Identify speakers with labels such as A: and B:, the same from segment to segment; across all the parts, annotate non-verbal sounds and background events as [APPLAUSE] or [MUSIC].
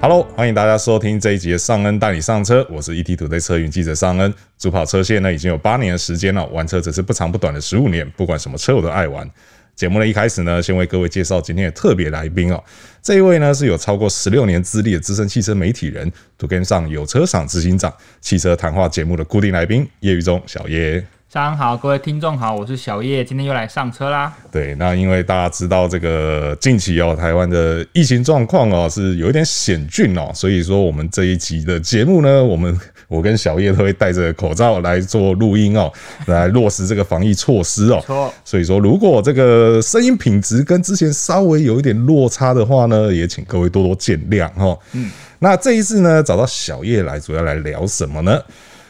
A: Hello，欢迎大家收听这一集的尚恩带你上车，我是 ET 土 y 车云记者尚恩。主跑车线呢已经有八年的时间了，玩车则是不长不短的十五年，不管什么车我都爱玩。节目的一开始呢，先为各位介绍今天的特别来宾哦。这一位呢是有超过十六年资历的资深汽车媒体人，土根上有车赏执行长，汽车谈话节目的固定来宾叶玉忠小叶。
B: 大家好，各位听众好，我是小叶，今天又来上车啦。
A: 对，那因为大家知道这个近期哦，台湾的疫情状况哦是有一点险峻哦，所以说我们这一集的节目呢，我们我跟小叶都会戴着口罩来做录音哦，来落实这个防疫措施哦。
B: 错，
A: 所以说，如果这个声音品质跟之前稍微有一点落差的话呢，也请各位多多见谅哦。嗯，那这一次呢，找到小叶来，主要来聊什么呢？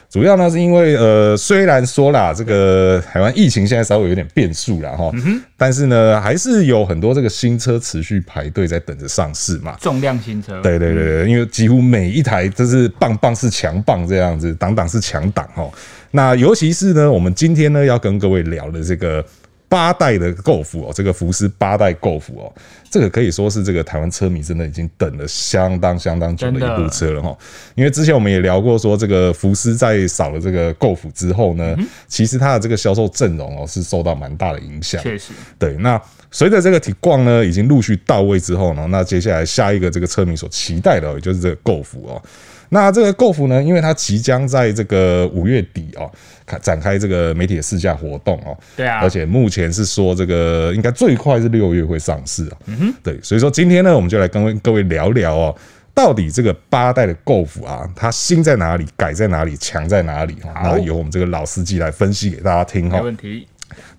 A: 主要呢是因为呃，虽然说啦，这个台湾疫情现在稍微有点变数啦哈，但是呢，还是有很多这个新车持续排队在等着上市嘛。
B: 重量新车，
A: 对对对对，因为几乎每一台都是棒棒是强棒这样子，挡挡是强挡哦。那尤其是呢，我们今天呢要跟各位聊的这个八代的 Golf 哦，这个福斯八代 Golf 哦，这个可以说是这个台湾车迷真的已经等了相当相当久的一部车了哈。因为之前我们也聊过说，这个福斯在少了这个 Golf 之后呢，其实它的这个销售阵容哦是受到蛮大的影响。
B: 确实，
A: 对，那随着这个体逛呢已经陆续到位之后呢，那接下来下一个这个车迷所期待的哦、也就是这个 Golf 哦。那这个 Golf 呢，因为它即将在这个五月底哦，开展开这个媒体的试驾活动哦。
B: 对啊
A: 而且目前是说这个应该最快是六月会上市啊。嗯哼。对，所以说今天呢，我们就来跟各位聊聊哦。到底这个八代的 Golf 啊，它新在哪里，改在哪里，强在哪里？哦那由我们这个老司机来分析给大家听哈、哦
B: 没问题。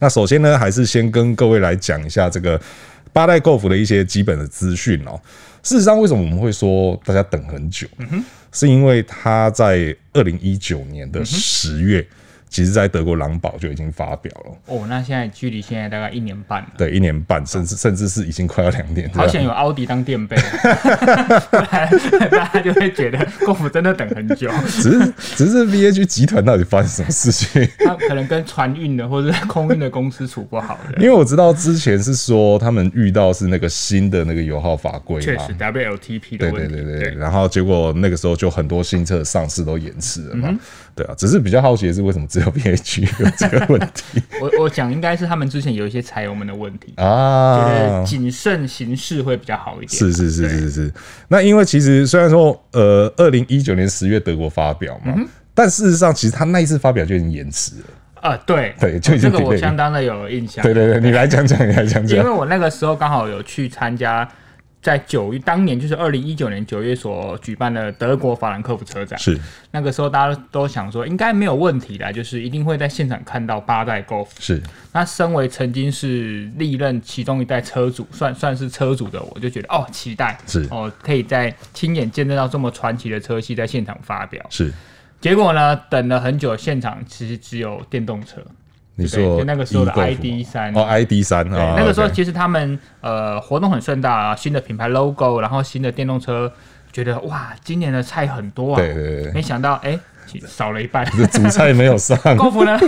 A: 那首先呢，还是先跟各位来讲一下这个八代 Golf 的一些基本的资讯哦。事实上，为什么我们会说大家等很久？
B: 嗯
A: 是因为它在二零一九年的十月，
B: 嗯
A: 其实在德国狼堡就已经发表了，
B: 哦，那现在距离现在大概一年半了，
A: 对，一年半，甚至甚至是已经快要两年这
B: 好
A: 样。
B: 险有奥迪当垫背，不然大家就会觉得功夫真的等很久。
A: 只是只是 VH 集团到底发生什么事情？ [LAUGHS]
B: 他可能跟船运的或者是空运的公司处不好的，
A: [LAUGHS] 因为我知道之前是说他们遇到是那个新的那个油耗法规
B: 确
A: 嘛
B: 实，WLTP
A: 对啊对
B: 的问题，
A: 对对，对然后结果那个时候就很多新车的上市都延迟了嘛，
B: 嗯
A: 对啊，只是比较好奇的是为什么只有 BH
B: [LAUGHS]
A: 有这个问题
B: 我我想应该是他们之前有一些柴油门的问题，觉
A: 啊
B: 得？谨慎行事会比较好一点。
A: 是是是是是，那因为其实虽然说呃，二零一九年十月德国发表
B: 嗯
A: 嘛，但事实上其实他那一次发表就已经延迟了，
B: 啊，对，
A: 对就已经
B: 这个我
A: delay 了
B: 相当的有印象。
A: 对对对，你来讲讲，你来讲
B: 因
A: 讲
B: 为，我那个时候刚好有去参加，在九月当年就是二零一九年九月所举办的德国法兰克福车展。
A: 是
B: 那个时候大家都想说应该没有问题啦，就是一定会在现场看到八代 Golf。
A: 是
B: 那身为曾经是历任其中一代车主，算算是车主的我，就觉得哦期待
A: 是
B: 哦，可以在亲眼见证到这么传奇的车系在现场发表。
A: 是，
B: 结果呢，等了很久，现场其实只有电动车。
A: 你
B: 对
A: 说
B: 就那个时候的
A: e-Golf
B: 3
A: 哦，ID 三
B: 对
A: 啊，，
B: 那个时候
A: OK
B: 其实他们呃活动很盛大啊，新的品牌 logo，然后新的电动车，觉得哇，今年的菜很多啊。
A: 对对对
B: 没想到哎、其少了一
A: [LAUGHS]
B: 半。
A: 对，主菜没有
B: [LAUGHS]
A: 上，
B: golf 呢？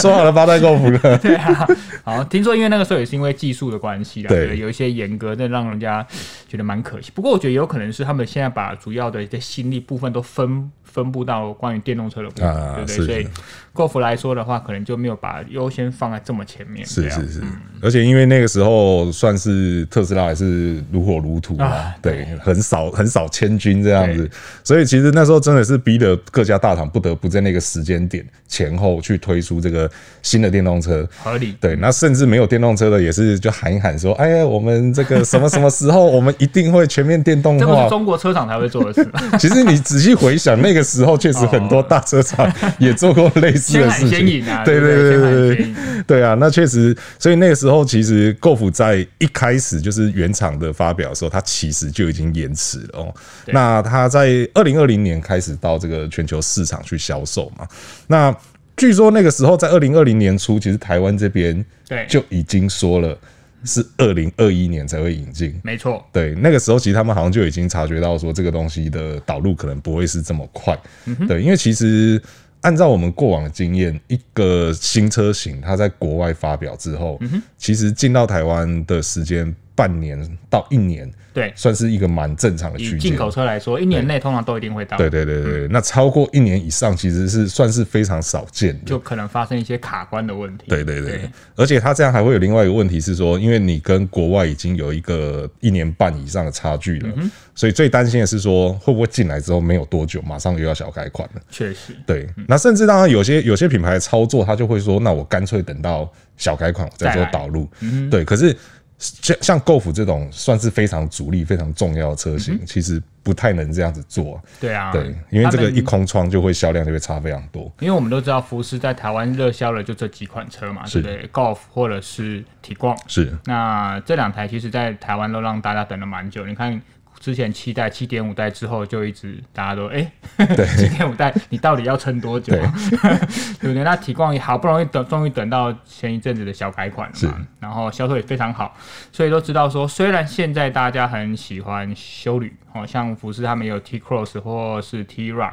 A: 说好了八代 Golf 呢？
B: 对啊，好，听说因为那个时候也是因为技术的关系啦，
A: 对
B: 有一些严格，真的让人家觉得蛮可惜。不过我觉得有可能是他们现在把主要的一些心力部分都分分布到关于电动车的部分，
A: 啊
B: 对不
A: 是
B: 对？所以 golf 来说的话，可能就没有把优先放在这么前面。
A: 是
B: 对啊
A: 是是，而且因为那个时候算是特斯拉还是如火如荼嘛
B: 啊，
A: 对，很少很少千军这样子
B: 对，
A: 所以其实那时候真的是逼得各家大厂不得不在那个时间点前后去推出这个新的电动车。
B: 合理。
A: 对，那甚至没有电动车的也是就喊一喊说，哎呀，我们这个什么什么时候我们一定会全面电动
B: 这不是
A: 化。
B: 中国车厂才会做的事吗？
A: 其实你仔细回想，那个时候确实很多大车
B: [LAUGHS]
A: 厂也做过类似
B: 先
A: 的
B: 喊
A: 事
B: 先
A: 情
B: 赢啊！。
A: 对
B: 对
A: 对对
B: 先喊
A: 对
B: 先。赢。
A: [LAUGHS] 对啊，那确实，所以那个时候其实 Golf 在一开始就是原厂的发表的时候，它其实就已经延迟了哦。那它在二零二零年开始到这个全球市场去销售嘛。那据说那个时候在二零二零年初，其实台湾这边
B: 对
A: 就已经说了是二零二一年才会引进。
B: 没错，
A: 对，那个时候其实他们好像就已经察觉到说这个东西的导入可能不会是这么快，
B: 嗯
A: 对，因为其实按照我们过往的经验，一
B: 嗯
A: 个新车型它在国外发表之后，其实进到台湾的时间。半年到一年，
B: 对，
A: 算是一个蛮正常的
B: 以
A: 区
B: 进
A: 间。
B: 口车来说，一年内通常都一定会到，
A: 对对对对，对那超过一年以上，其实是算是非常少见的。
B: 就可能发生一些卡关的问题。
A: 对对对，而且它这样还会有另外一个问题是说，因为你跟国外已经有一个一年半以上的差距了，所以最担心的是说，会不会进来之后没有多久，马上又要小改款了？
B: 确实，
A: 对，那甚至当然有些有些品牌的操作，他就会说，那我干脆等到小改款我再做导入。对，可是像像 Golf 这种算是非常主力、非常重要的车型，其实不太能这样子做啊。
B: 对啊，
A: 对，因为这
B: 他
A: 个
B: 们
A: 一空窗就会销量就会差非常多。
B: 因为我们都知道福斯在台湾热销的就这几款车嘛，对
A: 是
B: 不对？Golf 或者是 Tiguan，
A: 是，
B: 那这两台其实，在台湾都让大家等了蛮久。你看，之前七代、七点五代之后，就一直大家都哎， [LAUGHS] 七点五代你到底要撑多久？啊
A: 对
B: [LAUGHS] 对不对？那体况也好不容易等，终于等到前一阵子的小改款了嘛，然后销售也非常好，所以都知道说，虽然现在大家很喜欢修旅，哦，像福斯他们有 T Cross 或是 T Rock。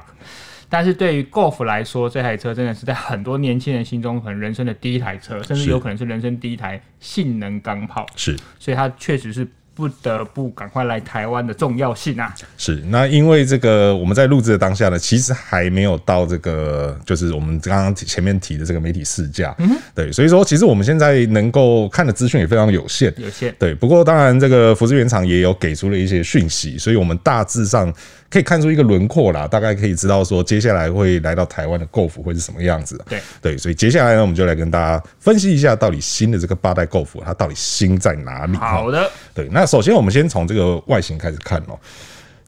B: 但是对于 Golf 来说，这台车真的是在很多年轻人心中可能人生的第一台车，甚至
A: 是
B: 有可能是人生第一台性能钢炮。
A: 是。
B: 所以它确实是不得不赶快来台湾的重要性啊。
A: 是，那因为这个我们在录制的当下呢，其实还没有到这个，就是我们刚刚提前面提的这个媒体试驾，
B: 嗯
A: 对，所以说其实我们现在能够看的资讯也非常有限，
B: 有限
A: 对。不过当然，这个福斯原厂也有给出了一些讯息，所以我们大致上可以看出一个轮廓啦，大概可以知道说接下来会来到台湾的 Golf 会是什么样子，
B: 对
A: 对，所以接下来呢，我们就来跟大家分析一下到底新的这个八代 Golf 它到底新在哪里，
B: 好的，
A: 对，那首先我们先从这个外形开始看哦。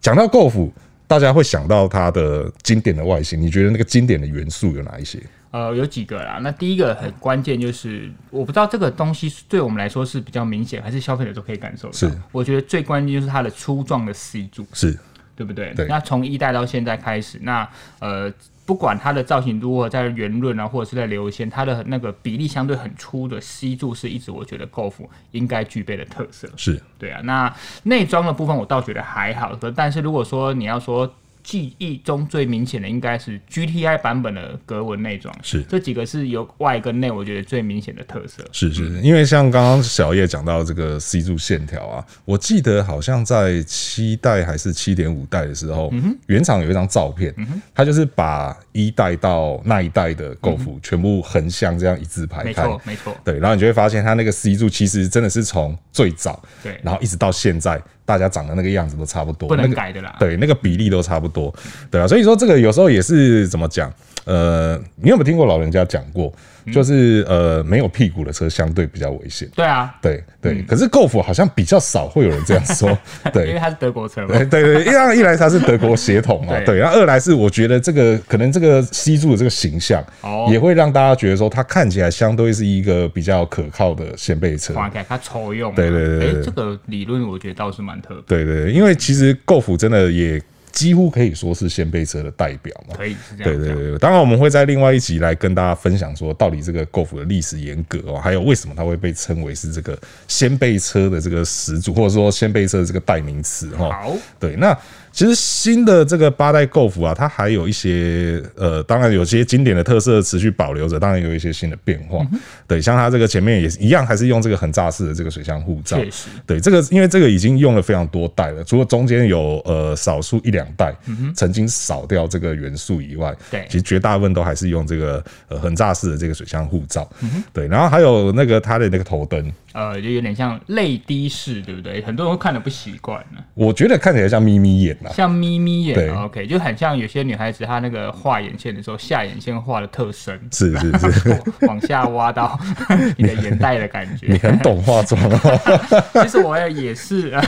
A: 讲到 Golf，大家会想到它的经典的外形，你觉得那个经典的元素有哪一些？
B: 呃，有几个啦。那第一个很关键就是，我不知道这个东西对我们来说是比较明显，还是消费者都可以感受到。
A: 是，
B: 我觉得最关键就是它的粗壮的 C 柱，
A: 是
B: 对不对？
A: 对
B: 那从一代到现在开始，那呃。不管它的造型如何在圆润啊，或者是在流线，它的那个比例相对很粗的 C 柱是一直我觉得 Golf 应该具备的特色。
A: 是
B: 对啊，那内装的部分我倒觉得还好，可但是如果说你要说记忆中最明显的应该是 GTI 版本的格纹内装，
A: 是
B: 这几个是由外跟内我觉得最明显的特色。
A: 是是，嗯因为像刚刚小叶讲到这个 C 柱线条啊，我记得好像在七代还是七点五代的时候，原厂有一张照片，它就是把一代到那一代的 Golf 全部横向这样一字排
B: 没
A: 开，
B: 错，没错，
A: 对，然后你就会发现它那个 C 柱其实真的是从最早，
B: 对
A: 然后一直到现在，大家长得那个样子都差不多，
B: 不
A: 那
B: 能
A: 个
B: 改的啦。
A: 对，那个比例都差不多，对啊，所以说这个有时候也是怎么讲？呃，你有没有听过老人家讲过，
B: 嗯
A: 就是呃没有屁股的车相对比较危险，
B: 对啊，
A: 对对。可是 Golf 好像比较少会有人这样
B: [LAUGHS]
A: 说，
B: 因
A: 对
B: 为。它是德国车嘛
A: 对，对对，一来一来它是德国血统嘛，
B: 对
A: 对，然后二来是我觉得这个可能这个 C 柱的这个形象
B: 哦，
A: 也会让大家觉得说它看起来相对是一个比较可靠的掀背车，
B: 划开它抽用啊。
A: 对对对对
B: 哎，
A: 对
B: 这个理论我觉得倒是蛮特别，
A: 对对，对因为其实 Golf 真的也几乎可以说是掀背车的代表嘛。
B: 可以是这
A: 对
B: 样
A: 对
B: 讲。
A: 对，对当然我们会在另外一集来跟大家分享说，到底这个 Golf 的历史严格哦，还有为什么它会被称为是这个掀背车的这个始祖，或者说掀背车的这个代名词哈、哦。
B: 好，
A: 对，那其实新的这个八代 Golf 啊，它还有一些呃，当然有些经典的特色持续保留着，当然有一些新的变化。
B: 嗯
A: 对，像它这个前面也是一样，还是用这个横栅式的这个水箱护罩。
B: 确实
A: 对，这个因为这个已经用了非常多代了，除了中间有呃少数一两代、曾经少掉这个元素以外，
B: 对
A: 其实绝大部分都还是用这个呃横栅式的这个水箱护罩。对，然后还有那个它的那个头灯，
B: 呃，就有点像泪滴式，对不对？很多人会看的不习惯呢。
A: 我觉得看起来像眯眯眼啊。
B: 像眯眯
A: 对
B: 眼，OK，就很像有些女孩子她那个画眼线的时候，下眼线画的
A: [LAUGHS]
B: 特深，
A: 是是是，
B: [LAUGHS] 往下挖到
A: [LAUGHS]
B: 你的眼袋的感
A: 你
B: 觉。
A: 很懂化妆哦。
B: 其实我也
A: [LAUGHS]
B: 也是，啊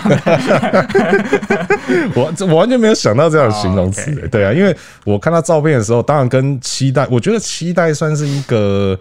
A: 我这我完全没有想到这样的形容词、
B: 哦
A: 欸，对啊，因为我看到照片的时候，当然跟七代，我觉得七代算是一个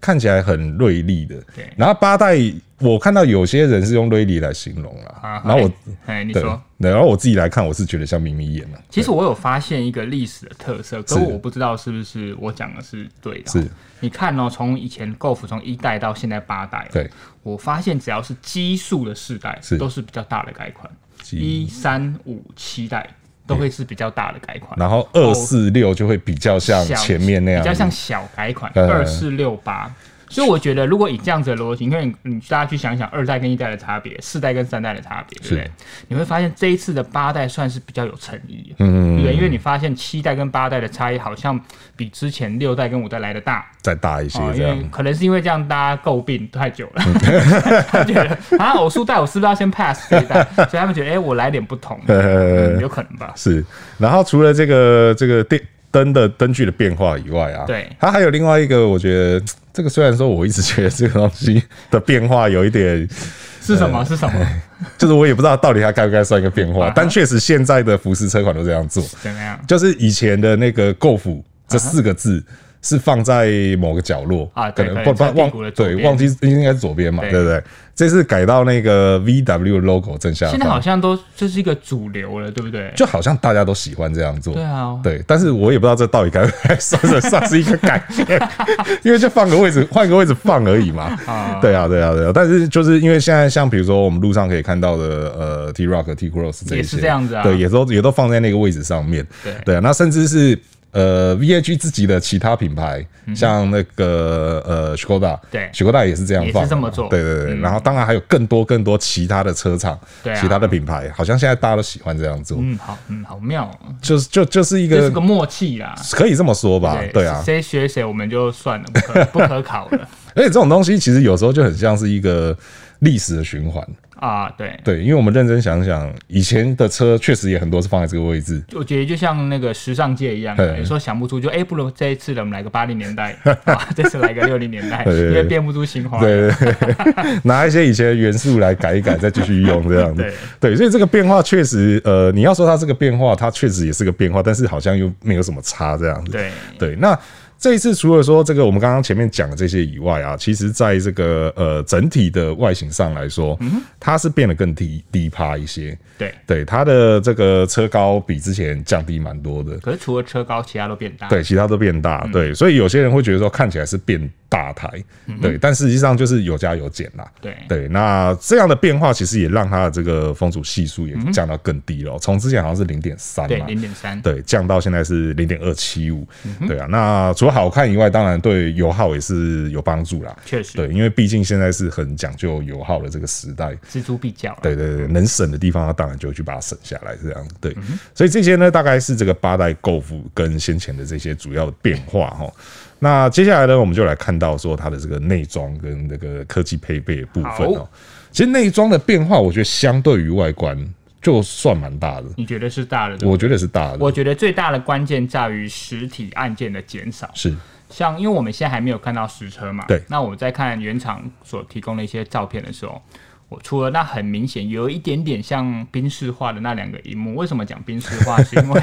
A: 看起来很锐利的
B: 对，
A: 然后八代我看到有些人是用锐利来形容啦
B: 啊，
A: 然后我
B: 哎，哎你
A: 对
B: 说，，
A: 对然后我自己来看，我是觉得像眯眯眼了、啊，
B: 其实我有发现一个历史的特色，可
A: 是
B: 我不知道是不是我讲的是对的。
A: 是，
B: 你看哦，从以前 Golf 从一代到现在八代，哦
A: 对，
B: 我发现只要是奇数的世代，
A: 是
B: 都是比较大的改款，
A: 奇
B: 一三五七代都会是比较大的改款。
A: 然后二四六就会比较像前面那样，
B: 比较像小改款
A: 嗯
B: 二四六八。所以我觉得，如果以这样子的逻辑，因为你大家去想想二代跟一代的差别，四代跟三代的差别，对不对？你会发现这一次的八代算是比较有诚意，嗯，对不对，因为你发现七代跟八代的差异好像比之前六代跟五代来的大。
A: 再大一些
B: 哦，因
A: 这样嗯
B: 为。可能是因为这样大家诟病太久了， [LAUGHS] 他觉得啊，偶数代我是不是要先 pass 这一代？所以他们觉得，哎、我来点不同
A: [LAUGHS]
B: 的，
A: 呃
B: 嗯有可能吧？
A: 是，然后除了这个这个电灯的灯具的变化以外啊，
B: 对
A: 它还有另外一个，我觉得这个虽然说我一直觉得这个东西的变化有一点， [LAUGHS]
B: 是什么？是什么？
A: 就是我也不知道到底它该不该算一个变化
B: 啊，
A: 但确实现在的福斯车款都这样做，
B: 怎么样？
A: 就是以前的那个 “golf” 这四个字。是放在某个角落
B: 啊
A: 可
B: 对
A: 能
B: 可能
A: 不不
B: 在屁股
A: 忘
B: 的左
A: 对
B: 边
A: 忘记应该是左边嘛，
B: 对
A: 对不对？这次改到那个 VW logo 正下方，
B: 现在好像都这是一个主流了，对不对？
A: 啊就好像大家都喜欢这样做。
B: 对啊
A: 对，但是我也不知道这到底该 [LAUGHS] 不该算得上是一个改变， [LAUGHS] 因为就放个位置，换个位置放而已嘛。对啊，对啊，对啊。但是就是因为现在像比如说我们路上可以看到的呃 T Rock、T Cross 这一些
B: 也是这样子啊
A: 对，也都也都放在那个位置上面。
B: 对
A: 对啊，那甚至是。呃，VH 自己的其他品牌，像那个呃 s k o d a
B: 嗯对
A: s k o d a 也是这样
B: 也是
A: 放的嘛，
B: 这么做嗯
A: 对对对。然后当然还有更多更多其他的车厂，
B: 对啊
A: 其他的品牌，好像现在大家都喜欢这样做。
B: 嗯，好，嗯，好妙、哦，
A: 就是就就是一
B: 这是
A: 个
B: 个默契啦。
A: 可以这么说吧，对啊。
B: 谁学谁我们就算了，不可
A: [LAUGHS]
B: 不可考了
A: 而且这种东西其实有时候就很像是一个历史的循环，
B: 啊。对，
A: 对，因为我们认真想想，以前的车确实也很多是放在这个位置，
B: 我觉得就像那个时尚界一样，啊
A: 嗯
B: 有时候想不出就哎、不如这一次我们来个八零年
A: [LAUGHS]
B: 代，啊，这次来个六零年代，
A: 对对
B: 因
A: 对
B: 为变不出新花。
A: 对对对， [LAUGHS] 拿一些以前的元素来改一改，再继续用这样子
B: 对，
A: 对，所以这个变化确实，呃，你要说它这个变化，它确实也是个变化，但是好像又没有什么差这样子，
B: 对
A: 对，那这一次除了说这个我们刚刚前面讲的这些以外啊，其实在这个呃整体的外形上来说，
B: 嗯
A: 它是变得更低低趴一些。
B: 对
A: 对，它的这个车高比之前降低蛮多的。
B: 可是除了车高，其他都变大。
A: 对，其他都变大，
B: 嗯
A: 对，所以有些人会觉得说看起来是变大台，
B: 嗯
A: 对，但实际上就是有加有减啦，
B: 对
A: 对，那这样的变化其实也让它的这个风阻系数也降到更低了，从之前好像是零点三
B: 嗯对，
A: 嘛，
B: 零点三。嗯
A: 对，降到现在是零点二七五，对啊。那除了好看以外，当然对油耗也是有帮助啦。
B: 确实
A: 对，因为毕竟现在是很讲究油耗的这个时代。
B: 锱铢必较了。
A: 对对对，能省的地方，当然就去把它省下来，这样对。
B: 嗯
A: 所以这些呢，大概是这个八代 Golf 跟先前的这些主要的变化哈。那接下来呢，我们就来看到说它的这个内装跟那个科技配备的部分哦
B: 好。
A: 其实内装的变化，我觉得相对于外观就算蛮大的，
B: 你觉得是大的？对不对
A: 我觉得是大的。
B: 我觉得最大的关键在于实体按键的减少。
A: 是
B: 像因为我们现在还没有看到实车嘛，
A: 对
B: 那我在看原厂所提供的一些照片的时候，我除了那很明显有一点点像宾士化的那两个荧幕，为什么讲宾士化？是因
A: [LAUGHS]
B: 为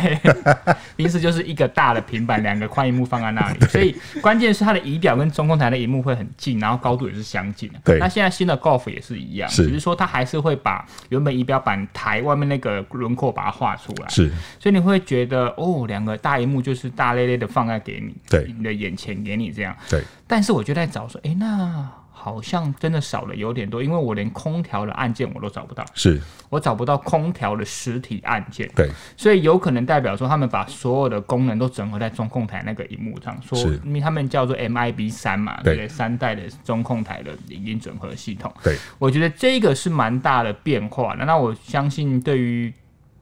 B: 宾士就是一个大的平板，两个宽荧幕放在那里，所以关键是它的仪表跟中控台的荧幕会很近，然后高度也是相近的。
A: 对
B: 那现在新的 Golf 也是一样，
A: 是
B: 只是说它还是会把原本仪表板台外面那个轮廓把它画出来，
A: 是。
B: 所以你会觉得哦，两个大荧幕就是大咧咧的放在给你，
A: 对
B: 你的眼前给你这样。
A: 对，
B: 但是我就在找说，诶，那好像真的少了有点多，因为我连空调的按键我都找不到，
A: 是，
B: 我找不到空调的实体按键，
A: 对，
B: 所以有可能代表说他们把所有的功能都整合在中控台那个荧幕上，说
A: 是
B: 因为他们叫做 MIB 三嘛，
A: 对
B: 对不对？三代的中控台的影音整合系统，
A: 对，
B: 我觉得这个是蛮大的变化的。那我相信对于。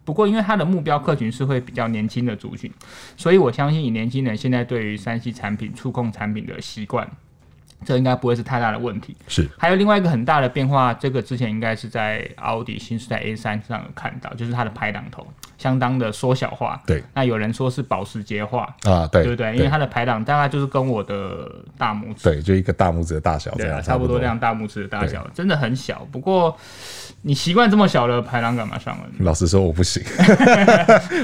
B: 不过，因为它的目标客群是会比较年轻的族群，所以我相信以年轻人现在对于三 C 产品、触控产品的习惯，这应该不会是太大的问题。
A: 是
B: 还有另外一个很大的变化，这个之前应该是在奥迪新时代 A 3上有看到，就是它的排档头相当的缩小化。
A: 对，
B: 那有人说是保时捷化，
A: 啊，对
B: 对不对？因为它的排档大概就是跟我的大拇指，
A: 对，就一个大拇指的大小这
B: 对啊，
A: 样，
B: 差不多这样大拇指的大小，真的很小。不过你习惯这么小的排档干嘛上了？
A: 老实说，我不行， [LAUGHS]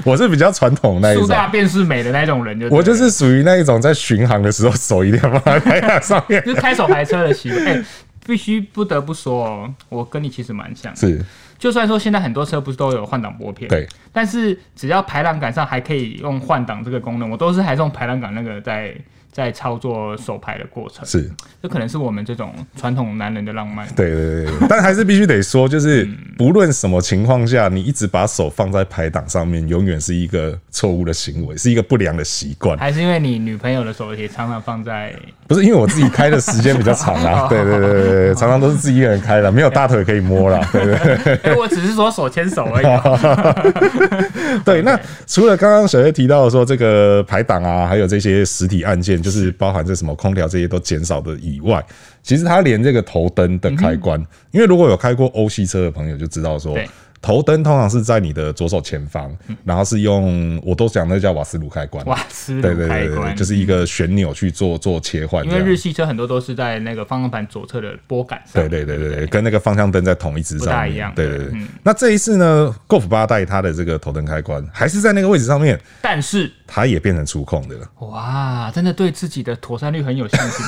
A: 我是比较传统那一
B: 树
A: 种，
B: 大便是美的那种人就对
A: [LAUGHS]
B: 了，
A: 我就是属于那一种在巡航的时候手一定要放在排档上
B: [LAUGHS]
A: 面。
B: 就是开手排车的习惯。哎必须不得不说哦，我跟你其实蛮像的。
A: 是
B: 就算说现在很多车不是都有换挡拨片，
A: 对，
B: 但是只要排挡杆上还可以用换挡这个功能，我都是还是用排挡杆那个在在操作手牌的过程。
A: 是
B: 这可能是我们这种传统男人的浪漫。
A: 对对对对，但还是必须得说，就是不论什么情况下，你一直把手放在排档上面，永远是一个错误的行为，是一个不良的习惯。
B: 还是因为你女朋友的手也常常放
A: [LAUGHS]
B: 在
A: 不是因为我自己开的时间比较长啊，对对对对对，常常都是自己一个人开的，没有大腿可以摸了，对对对。
B: 哎、我只是说手牵手
A: [LAUGHS]
B: 而已啊。
A: 对，那除了刚刚小月提到说这个排档啊，还有这些实体按键，就是包含这什么空调这些都减少的以外，其实它连这个头灯的开关，因为如果有开过欧系车的朋友就知道说
B: 对。嗯
A: 头灯通常是在你的左手前方，然后是用我都讲那叫瓦斯炉开关，
B: 瓦斯炉
A: 对对对
B: 开
A: 对对，
B: 关
A: 就是一个旋钮去做做切换
B: 因
A: 这
B: 为
A: 样，
B: 日系车很多都是在那个方向盘左侧的拨杆上。
A: 对对对对对，跟那个方向灯在同一只上面，
B: 不大一样
A: 对对对，那这一次呢，Golf 八代它的这个头灯开关还是在那个位置上面，
B: 但是
A: 它也变成触控的了。
B: 哇，真的对自己的妥善率很有信
A: [LAUGHS]
B: 心。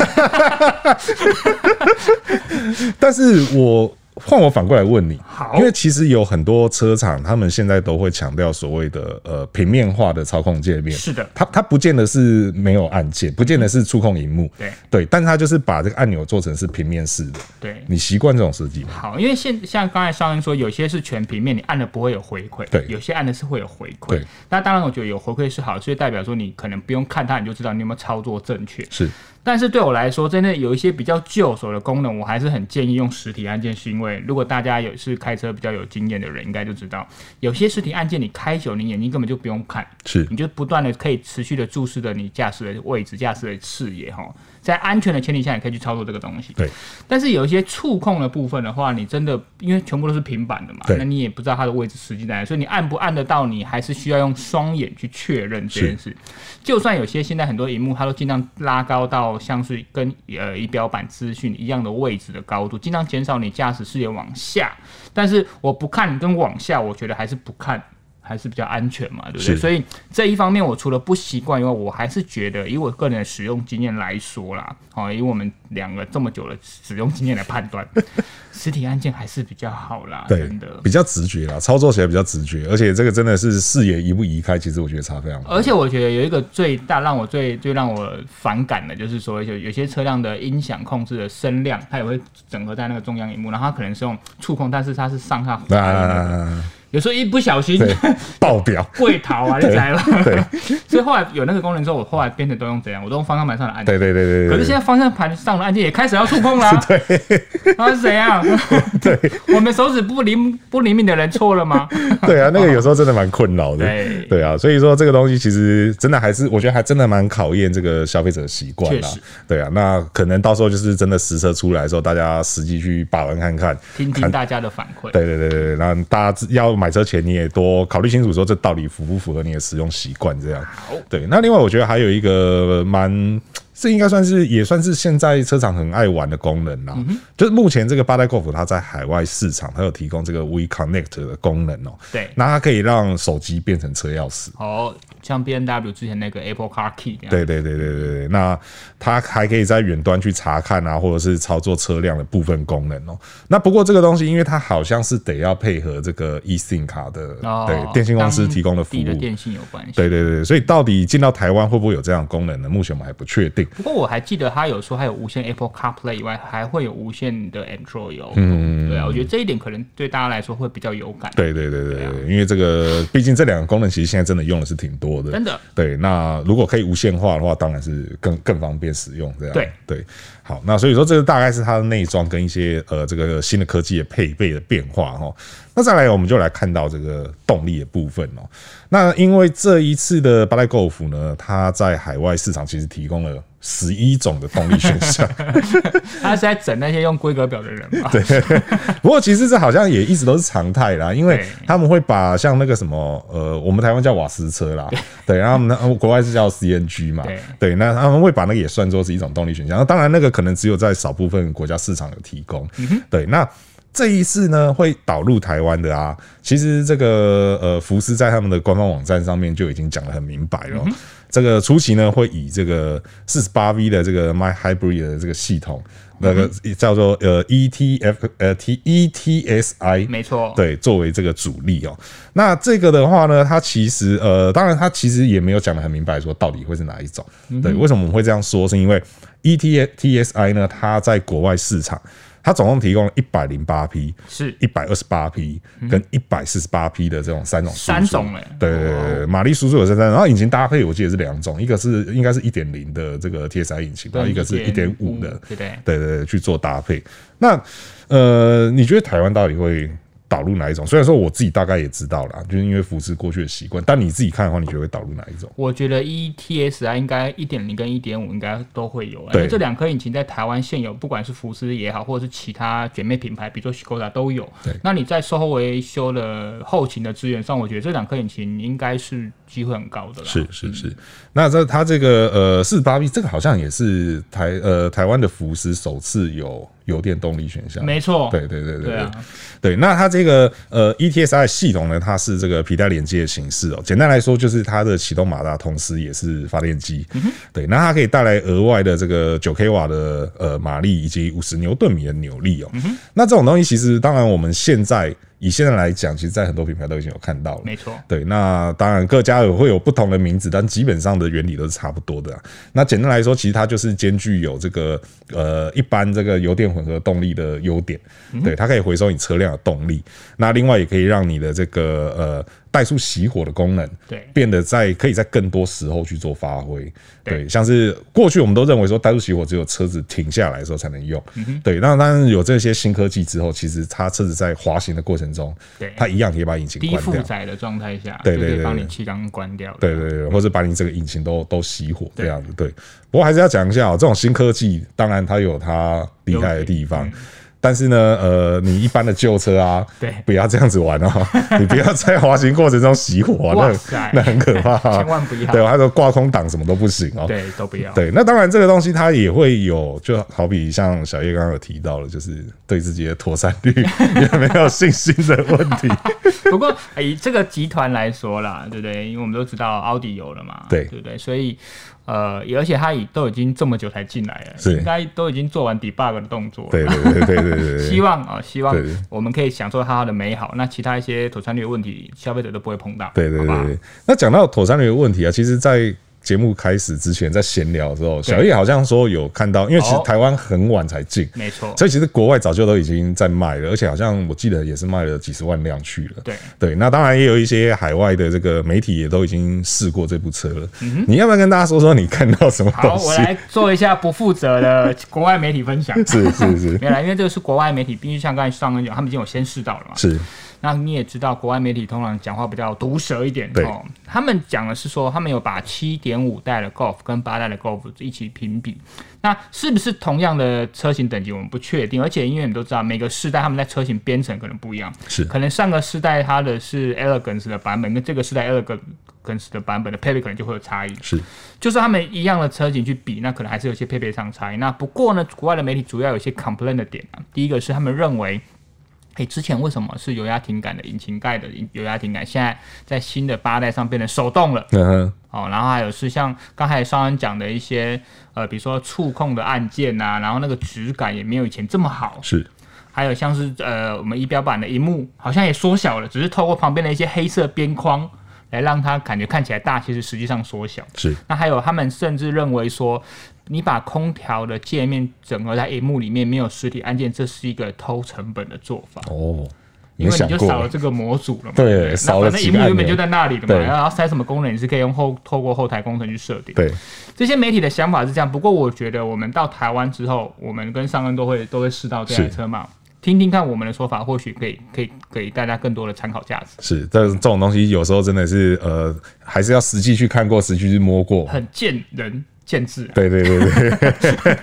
A: 但是我换我反过来问你，
B: 好
A: 因为其实有很多车厂，他们现在都会强调所谓的呃平面化的操控界面。
B: 是的
A: 它它不见得是没有按键，不见得是触控荧幕，
B: 对
A: 对，但它就是把这个按钮做成是平面式的。
B: 对，
A: 你习惯这种设计吗？
B: 好，因为现像刚才上恩说，有些是全平面，你按了不会有回馈；
A: 对
B: 有些按的是会有回馈
A: 对。
B: 那当然，我觉得有回馈是好，所以代表说你可能不用看它，你就知道你有没有操作正确。
A: 是
B: 但是对我来说，真的有一些比较旧手的功能，我还是很建议用实体按键，是因为如果大家有是开车比较有经验的人，应该就知道，有些实体按键你开久，你眼睛根本就不用看，
A: 是
B: 你就不断的可以持续的注视着你驾驶的位置、驾驶的视野哈，在安全的前提下，你可以去操作这个东西。
A: 对。
B: 但是有一些触控的部分的话，你真的因为全部都是平板的嘛
A: 对，
B: 那你也不知道它的位置实际在哪里，所以你按不按得到，你还是需要用双眼去确认这件事。就算有些现在很多荧幕，它都尽量拉高到像是跟呃仪表板资讯一样的位置的高度，尽量减少你驾驶视野往下。但是我不看跟往下，我觉得还是不看。 [LAUGHS] 还是比较安全嘛，对不对？
A: 是
B: 所以这一方面，我除了不习惯以外，我还是觉得以我个人的使用经验来说啦，好、以我们两个这么久的使用经验来判断， [LAUGHS] 实体按键还是比较好啦，
A: 对
B: 真的，。
A: 比较直觉啦，操作起来比较直觉，而且这个真的是视野移不移开，其实我觉得差非常多。
B: 而且我觉得有一个最大让我最最让我反感的，就是说有有些车辆的音响控制的声量，它也会整合在那个中央荧幕，然后它可能是用触控，但是它是上下滑
A: 那、
B: 的，有时候一不小心
A: 啊对爆表，
B: [LAUGHS] 跪逃
A: [LAUGHS]
B: 啊，就栽了。
A: 对
B: [LAUGHS] 所以后来有那个功能之后，我后来变成都用怎样？我都用方向盘上的按键。
A: 对对对对对。
B: 可是现在方向盘上的按键也开始要触碰啦、
A: [LAUGHS]
B: 对， [LAUGHS] 那是怎样？ [LAUGHS] 对，我们手指不灵不灵敏的人错了吗？ [LAUGHS]
A: 对啊，那个有时候真的蛮困扰的。
B: 对
A: 对啊，所以说这个东西其实真的还是，我觉得还真的蛮考验这个消费者的习惯啦
B: 确实。
A: 对啊，那可能到时候就是真的实车出来的时候，大家实际去把玩看看。
B: 听听大家的反馈。
A: 对对对对对，那大家要买车前你也多考虑清楚，说这到底符不符合你的使用习惯这样。对，那另外我觉得还有一个蛮。这应该算是也算是现在车厂很爱玩的功能
B: 嗯
A: 啦，就是目前这个八代 Golf 它在海外市场，它有提供这个 We Connect 的功能哦、
B: 对
A: 那它可以让手机变成车钥匙。
B: 哦，像 B N W 之前那个 Apple Car Key 那样。
A: 对对对对对对，那它还可以在远端去查看啊，或者是操作车辆的部分功能哦。那不过这个东西，因为它好像是得要配合这个 eSIM 卡的、
B: 哦，
A: 对电信公司提供的服
B: 当地的
A: 务。
B: 电信有关系。
A: 对对对，所以到底进到台湾会不会有这样的功能呢？目前我们还不确定。
B: 不过我还记得他有说，还有无线 Apple CarPlay 以外，还会有无线的 Android 哦。嗯，对啊，我觉得这一点可能对大家来说会比较有感。
A: 对对对
B: 啊
A: 对对，因为这个毕竟这两个功能其实现在真的用的是挺多的，
B: 真的。
A: 对，那如果可以无线化的话，当然是更更方便使用这样。
B: 对
A: 对，好，那所以说这个大概是它的内装跟一些呃这个新的科技的配备的变化哦。那再来我们就来看到这个动力的部分哦。那因为这一次的八代 Golf 呢，它在海外市场其实提供了十一种的动力选项。
B: 他是在整那些用规格表的人嘛？对， [LAUGHS]
A: 不过其实这好像也一直都是常态啦，因为
B: 对
A: 他们会把像那个什么呃，我们台湾叫瓦斯车啦， [LAUGHS] 对，然后他们那呃国外是叫 CNG 嘛，
B: 对
A: 对，那他们会把那个也算作是一种动力选项。那当然，那个可能只有在少部分国家市场有提供，
B: 嗯
A: 对，那。这一次呢，会导入台湾的啊。
B: 嗯
A: 其实这个呃，福斯在他们的官方网站上面就已经讲得很明白了哦、这个初期呢会以这个四十八 V 的这个 My Hybrid 的这个系统，那
B: 嗯
A: 个叫做呃 ETF 呃 T ETSI
B: 没错，
A: 对，作为这个主力哦。那这个的话呢，它其实呃，当然它其实也没有讲的很明白，说到底会是哪一种。
B: 嗯
A: 对，为什么我们会这样说？是因为 E ETSI 呢，它在国外市场，它总共提供了一百零八批、
B: 是
A: 一百二十八批跟一百四十八批的这种三种输出
B: 三种欸
A: 对对对对，马力输出有三三，然后引擎搭配我记得是两种，一个是应该是一点零的这个 TSI 引擎吧，然后一个是一点五的，
B: 对不对？
A: 对对对，去做搭配。那呃，你觉得台湾到底会导入哪一种？虽然说我自己大概也知道啦，就是因为福斯过去的习惯，但你自己看的话，你觉得会导入哪一种？
B: 我觉得 E ETSI 啊应该一点零跟一点五应该都会有，啊
A: 对
B: 因为这两颗引擎在台湾现有，不管是福斯也好，或者是其他姐妹品牌，比如说 Skoda 都有
A: 对。
B: 那你在售后维修的后勤的资源上，我觉得这两颗引擎应该是机会很高的啦。
A: 是是是，嗯那这它这个呃四十八 V 这个好像也是台呃台湾的福斯首次有油电动力选项，
B: 没错，
A: 对对对对
B: 对
A: 对
B: 啊，
A: 对。那它这个呃 ETSI 的系统呢，它是这个皮带连接的形式哦。简单来说，就是它的启动马达同时也是发电机。
B: 嗯
A: 对，那它可以带来额外的这个九 k 瓦的呃马力以及五十牛顿米的扭力哦。
B: 嗯
A: 那这种东西其实当然我们现在以现在来讲，其实在很多品牌都已经有看到了。
B: 没错。
A: 对，那当然各家也会有不同的名字，但基本上的原理都是差不多的、啊。那简单来说，其实它就是兼具有这个呃一般这个油电混合动力的优点，
B: 嗯
A: 对，它可以回收你车辆的动力，那另外也可以让你的这个呃怠速熄火的功能，
B: 对
A: 变得在可以在更多时候去做发挥。
B: 对
A: 对，像是过去我们都认为说怠速熄火只有车子停下来的时候才能用，
B: 嗯
A: 对，那当然有这些新科技之后，其实它车子在滑行的过程中，
B: 对
A: 它一样可以把引擎
B: 低
A: 关
B: 负
A: 掉。
B: 载的状态下，
A: 对对
B: 就可
A: 对
B: 以帮
A: 对
B: 你气缸关掉。
A: 对对对，或者把你这个引擎都都熄火这样子。对，不过还是要讲一下哦、这种新科技当然它有它厉害的地方。但是呢，呃，你一般的旧车啊，
B: 嗯对
A: 不要这样子玩
B: [LAUGHS]
A: 哦，你不要在滑行过程中熄火、啊，
B: 哇
A: 那
B: 塞
A: 那很可怕、啊，
B: 千万不要
A: 对，我还说挂空挡什么都不行哦。
B: 对，都不要。
A: 对，那当然这个东西它也会有，就好比像小叶刚刚有提到了，就是对自己的妥善
B: [LAUGHS]
A: 率有没有信心的问题。
B: 不过以这个集团来说啦，对不对？因为我们都知道奥迪有了嘛，
A: 对
B: 对不对？所以呃，也而且它已都已经这么久才进来了，
A: 是
B: 应该都已经做完 debug 的动作了。
A: 对对对对对对对
B: 希望啊、希望
A: 对
B: 我们可以享受它的美好。那其他一些妥善率的问题，消费者都不会碰到。
A: 对对
B: 好
A: 对
B: 吧
A: 对。那讲到妥善率的问题啊，其实，在节目开始之前，在闲聊的时候，小叶好像说有看到，因为其实
B: 哦
A: 台湾很晚才进，
B: 没错，
A: 所以其实国外早就都已经在卖了，而且好像我记得也是卖了几十万辆去了。
B: 对
A: 对，那当然也有一些海外的这个媒体也都已经试过这部车了。你要不要跟大家说说你看到什么
B: 嗯好，
A: 东
B: 我
A: 西？
B: 来做一下不负责的国外媒体
A: [LAUGHS]
B: 分享。
A: 是是是
B: 没有啦，因为这个是国外媒体，毕竟像刚才上恩讲，他们已经有先试到了嘛。
A: 是，
B: 那你也知道，国外媒体通常讲话比较毒舌一点
A: 对
B: 哦。他们讲的是说，他们有把七点五代的 Golf 跟八代的 Golf 一起评比。那是不是同样的车型等级，我们不确定。而且因为你都知道，每个世代他们在车型编程可能不一样，
A: 是
B: 可能上个世代它的是 Elegance 的版本，跟这个世代 Elegance 的版本的配备可能就会有差异。
A: 是，
B: 就是他们一样的车型去比，那可能还是有些配备上差异。那不过呢，国外的媒体主要有一些 complain 的点啊，第一个是他们认为。诶，之前为什么是油压停杆的引擎盖的引油压停杆，现在在新的八代上变成手动了
A: 嗯哼，
B: 哦。然后还有是像刚才双恩讲的一些呃，比如说触控的按键呐、然后那个质感也没有以前这么好。
A: 是
B: 还有像是呃，我们仪表板的荧幕好像也缩小了，只是透过旁边的一些黑色边框来让它感觉看起来大，其实实际上缩小。
A: 是
B: 那还有他们甚至认为说，你把空调的界面整合在荧幕里面，没有实体按键，这是一个偷成本的做法。
A: 哦，没
B: 因为你
A: 想
B: 就少了
A: 过，
B: 这个模组了嘛，
A: 对
B: 那
A: 少了
B: 反正
A: 几
B: 荧
A: 个
B: 幕
A: 按
B: 原本
A: 钮
B: 就在那里的嘛，
A: 对
B: 然后塞什么功能你是可以用后透过后台工程去设定。
A: 对，
B: 这些媒体的想法是这样，不过我觉得我们到台湾之后，我们跟上恩都会都会试到这台
A: 是
B: 车嘛，听听看我们的说法，或许可以可以给大家更多的参考价值。
A: 是这这种东西有时候真的是呃，还是要实际去看过，实际去摸过，
B: 很见仁见智、啊，
A: 对对对对。 [LAUGHS]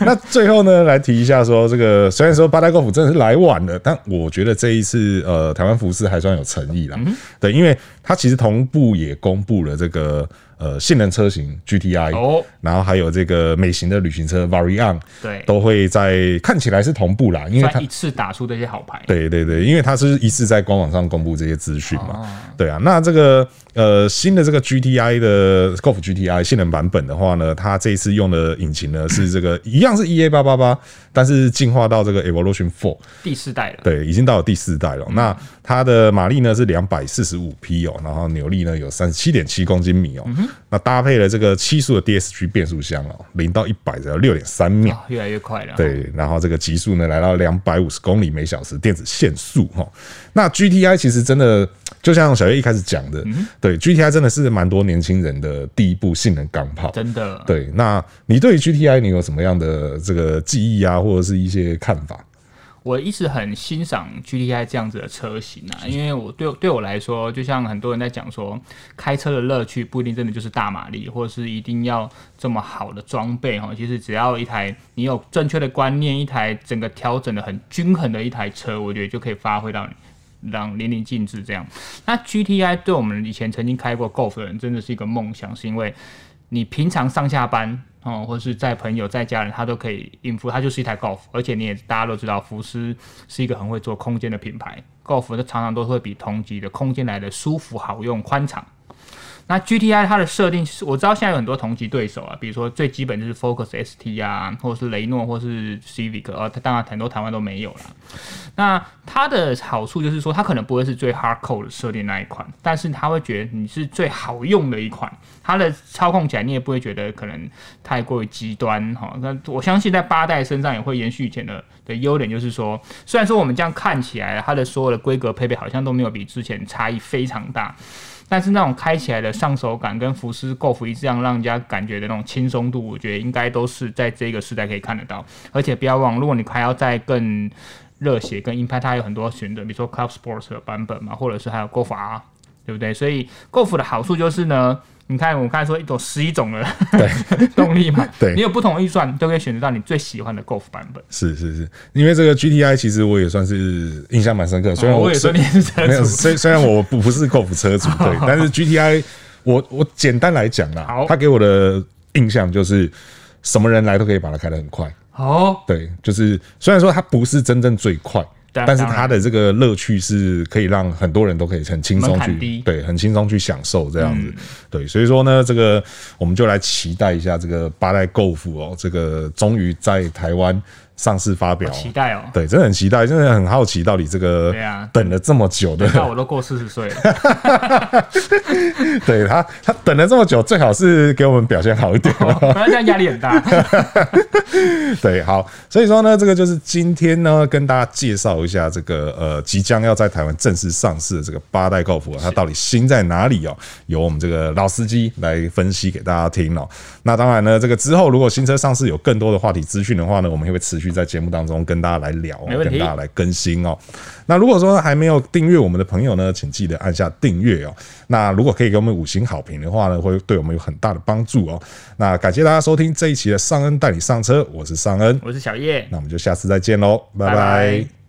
A: 那最后呢，来提一下说，这个虽然说八代golf 真的是来晚了，但我觉得这一次
B: 嗯
A: 呃，台湾服饰还算有诚意啦。对，因为它其实同步也公布了这个。呃性能车型 GTI，、
B: 哦，
A: 然后还有这个美型的旅行车 Variant，
B: 对，
A: 都会在看起来是同步啦，因为它
B: 算一次打出这些好牌，
A: 对对对，因为它是一次在官网上公布这些资讯嘛，对啊。那这个呃新的这个 GTI 的 Golf GTI 性能版本的话呢，它这一次用的引擎呢是这个一样是 EA 八八八，但是进化到这个 Evolution Four，
B: 第四代了，
A: 对，已经到了第四代了。那它的马力呢是两百四十五匹哦，然后扭力呢有三十七点七公斤米哦，那搭配了这个七速的 DSG 变速箱哦，零到一百只要六点三秒。
B: 啊，越来越快了，，
A: 对，然后这个极速呢来到两百五十公里每小时，电子限速哈。那 GTI 其实真的就像小叶一开始讲
B: 嗯
A: 的，对 GTI 真的是蛮多年轻人的第一部性能钢炮。
B: 真的，
A: 对，那你对于 GTI 你有什么样的这个记忆啊，或者是一些看法？
B: 我一直很欣赏 GTI 这样子的车型啊，因为我对对我来说，就像很多人在讲说，开车的乐趣不一定真的就是大马力，或是一定要这么好的装备哈。其实只要一台你有正确的观念，一台整个调整的很均衡的一台车，我觉得就可以发挥到你。让淋漓尽致这样，那 GTI 对我们以前曾经开过 Golf 的人真的是一个梦想，是因为你平常上下班哦，或是在朋友、在家人，他都可以应付，它就是一台 Golf，而且你也大家都知道，福斯是一个很会做空间的品牌，Golf 它常常都会比同级的空间来的舒服、好用、宽敞。那 GTI 它的设定是，我知道现在有很多同级对手啊，比如说最基本就是 Focus ST 啊，或是雷诺，或是 Civic，呃，它当然很多台湾都没有啦。那它的好处就是说，它可能不会是最 hardcore 的设定那一款，但是它会觉得你是最好用的一款，它的操控起来你也不会觉得可能太过于极端哈。那我相信在八代身上也会延续以前的的优点，就是说，虽然说我们这样看起来啊它的所有的规格配备好像都没有比之前差异非常大，但是那种开起来的上手感跟福斯 Golf 一致样，让人家感觉的那种轻松度，我觉得应该都是在这个时代可以看得到。而且不要忘，如果你还要再更热血跟 Impact，它有很多选择，比如说 Club Sports 的版本嘛，或者是还有 Golf R，对不对？所以 Golf 的好处就是呢。你看，我刚才说一种十一种的 [LAUGHS] 动力嘛，
A: [LAUGHS] 对
B: 你有不同的预算，你都可以选择到你最喜欢的 Golf 版本。
A: 是是是，因为这个 GTI 其实我也算是印象蛮深刻，虽然
B: 哦
A: 我、
B: 我也说你是车
A: 没有，
B: 主，
A: 虽虽然我不不是 Golf 车主，
B: [LAUGHS]
A: 对，但是 GTI 我我简单来讲啦
B: 好，
A: 他给我的印象就是什么人来都可以把它开得很快，
B: 哦，
A: 对，就是虽然说它不是真正最快。
B: 对啊
A: 但是
B: 当然
A: 它的这个乐趣是可以让很多人都可以很轻松
B: 门槛
A: 去
B: 低嗯
A: 对，很轻松去享受这样子，对，所以说呢，这个我们就来期待一下这个八代 Golf 哦，这个终于在台湾上市发表哦，
B: 期待哦，
A: 对，真的很期待，真的很好奇到底这个
B: 对啊
A: 等了这么久的，
B: 那我都过四十岁了。
A: [LAUGHS]
B: [LAUGHS]
A: 对他他等了这么久，最好是给我们表现好一点。哦
B: [LAUGHS] 不然这样压力很
A: [LAUGHS]
B: 大。
A: 对，好，所以说呢，这个就是今天呢跟大家介绍一下这个呃即将要在台湾正式上市的这个八代高尔夫，啊它到底新在哪里哦？由我们这个老司机来分析给大家听哦。那当然呢，这个之后如果新车上市有更多的话题资讯的话呢，我们也会持续在节目当中跟大家来聊、哦，
B: 没问题
A: 跟大家来更新哦。那如果说还没有订阅我们的朋友呢，请记得按下订阅哦。那如果可以给我们五星好评的话呢，会对我们有很大的帮助哦。那感谢大家收听这一期的尚恩带你上车，我是尚恩。
B: 我是小叶，
A: 那我们就下次再见喽，拜
B: 拜
A: 拜
B: 拜